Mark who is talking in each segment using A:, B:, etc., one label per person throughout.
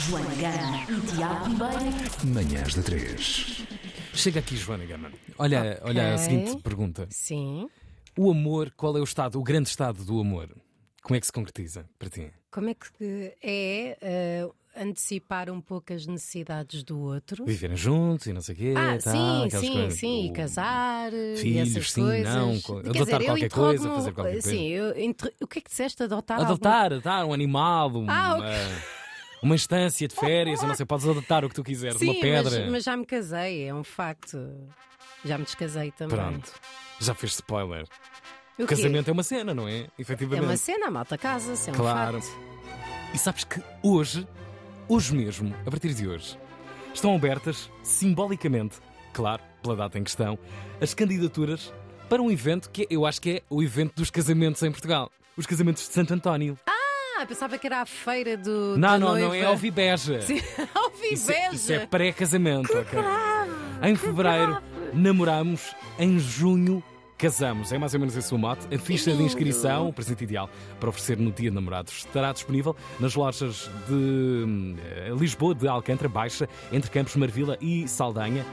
A: Joana Gama e Tiago Ribeiro.
B: Manhãs da 3.
C: Chega aqui, Joana Gama. Olha, olha a seguinte pergunta.
D: Sim.
C: O amor, qual é o estado, o grande estado do amor? Como é que se concretiza para ti?
D: Como é que é eh, antecipar um pouco as necessidades do outro?
C: Viverem juntos e não sei o quê.
D: Ah,
C: tal,
D: sim,
C: tá, aquelas
D: sim,
C: coisas.
D: sim, e
C: O-
D: casar, eh, e
C: filhos,
D: essas
C: sim,
D: coisas.
C: não, co-
D: Quer
C: adotar
D: dizer, eu
C: qualquer coisa,
D: interrogo-me-
C: fazer qualquer coisa.
D: Sim, eu inter- o que é que disseste? Adotar? algum-
C: Adotar, adotar um animal, um-
D: Ah,
C: uma, uma instância de férias, eu não sei, podes adotar o que tu quiseres,
D: Sim,
C: uma pedra.
D: Mas, mas já me casei, é um facto. Já me descasei também.
C: Pronto, já fez spoiler.
D: O quê?
C: Casamento é uma cena, não é?
D: É
C: Efetivamente.
D: uma cena, a malta casa, é um
C: Claro.
D: facto.
C: E sabes que hoje, hoje mesmo, a partir de hoje, estão abertas, simbolicamente, claro, pela data em questão, as candidaturas para um evento que eu acho que é o evento dos casamentos em Portugal. Os casamentos de Santo António.
D: Ah, pensava que era a feira do.
C: não, não,
D: da
C: não,
D: noiva.
C: é Alvibeja.
D: Sim,
C: Isso
D: Alvibeja.
C: é, isso é pré-casamento, ok? Em fevereiro namoramos, em junho casamos. É mais ou menos esse o mote. A ficha de inscrição, o presente ideal para oferecer no dia de namorados, estará disponível nas lojas de hum, eh, Lisboa, de Alcântara Baixa, entre Campos Marvila e Saldanha.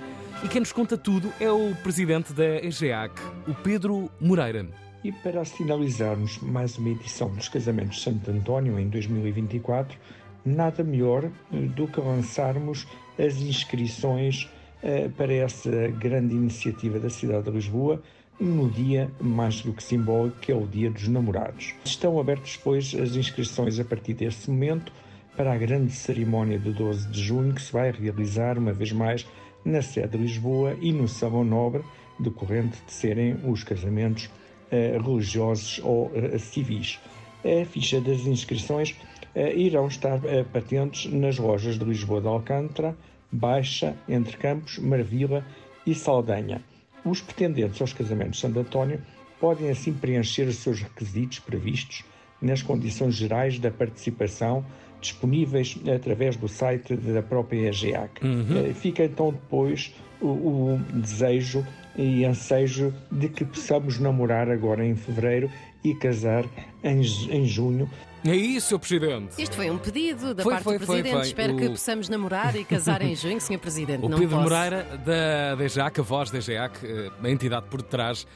C: E quem nos conta tudo é o presidente da EGEAC, o Pedro Moreira.
E: E para finalizarmos mais uma edição dos Casamentos de Santo António em 2024, nada melhor eh, do que lançarmos as inscrições eh, para essa grande iniciativa da cidade de Lisboa no dia mais do que simbólico, que é o Dia dos Namorados. Estão abertas, pois, as inscrições a partir desse momento para a grande cerimónia de 12 de junho, que se vai realizar, uma vez mais, na sede de Lisboa e no Salão Nobre, decorrente de serem os casamentos eh, religiosos ou eh, civis. A ficha das inscrições eh, irão estar eh, patentes nas lojas de Lisboa de Alcântara, Baixa, Entre Campos, Marvila e Saldanha. Os pretendentes aos casamentos de Santo António podem assim preencher os seus requisitos previstos nas condições gerais da participação disponíveis através do site da própria EGEAC. Eh, Fica então depois o, o desejo e ansejo de que possamos namorar agora em fevereiro e casar em, ju- em junho,
C: É isso, Sr. Presidente.
D: Isto foi um pedido da
C: Foi,
D: parte
C: foi,
D: do
C: foi,
D: Presidente.
C: foi.
D: Espero
C: O-
D: que possamos namorar e casar em junho, Sr. Presidente.
C: O
D: não
C: Pedro
D: posso.
C: Moreira, da, da EGEAC, a voz da EGEAC, eh, a entidade por detrás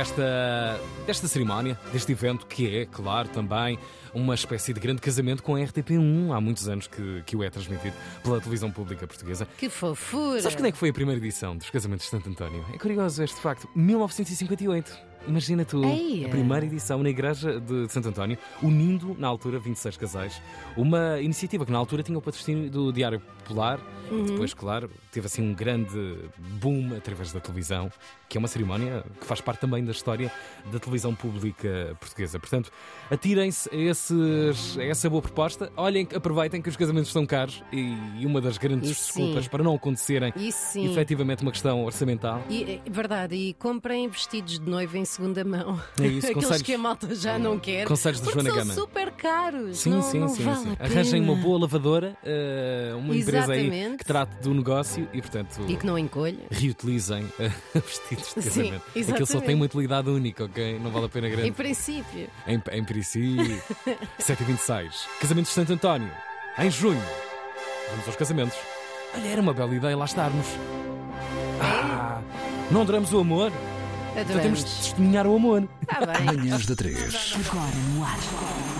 C: desta, desta cerimónia, deste evento, que é, claro, também uma espécie de grande casamento com a RTP1. Há muitos anos que, que o é transmitido pela televisão pública portuguesa.
D: Que fofura.
C: Sabes quando é que foi a primeira edição dos Casamentos de Santo António? É curioso este facto. 1958. Imagina tu,
D: Eia.
C: a primeira edição na Igreja de Santo António, unindo, na altura, 26 casais. Uma iniciativa que, na altura, tinha o patrocínio do Diário Popular. E depois, claro, teve assim um grande boom através da televisão, que é uma cerimónia que faz parte também da história da televisão pública portuguesa. Portanto, atirem-se a, esses- a essa boa proposta. Olhem, aproveitem que os casamentos são caros e uma das grandes
D: E sim.
C: desculpas para não acontecerem
D: Isso sim.
C: efetivamente uma questão orçamental.
D: E, é verdade, e comprem vestidos de noiva em segunda mão.
C: É isso,
D: Aqueles
C: conselhos-
D: que a malta já não quer.
C: conselhos de
D: porque
C: Joana
D: são
C: Gama.
D: super caros. não, não vale a pena.
C: Arranjem uma boa lavadora, eh, uma empresa aí
D: Exatamente.
C: que trate do negócio e, portanto,
D: E que não encolha.
C: reutilizem eh, vestidos de
D: Sim,
C: casamento. Aquilo só tem
D: exatamente.
C: uma utilidade única, ok? Não vale a pena grande.
D: Em princípio.
C: Em, em princípio, 7h26. Casamento de Santo António, em junho. Vamos aos casamentos. Olha, era uma bela ideia lá estarmos.
D: É?
C: Ah, não adoramos o amor, então temos de
D: Adoramos.
C: testemunhar o amor.
D: Está bem.
B: Manhãs da 3.
A: Agora no ar.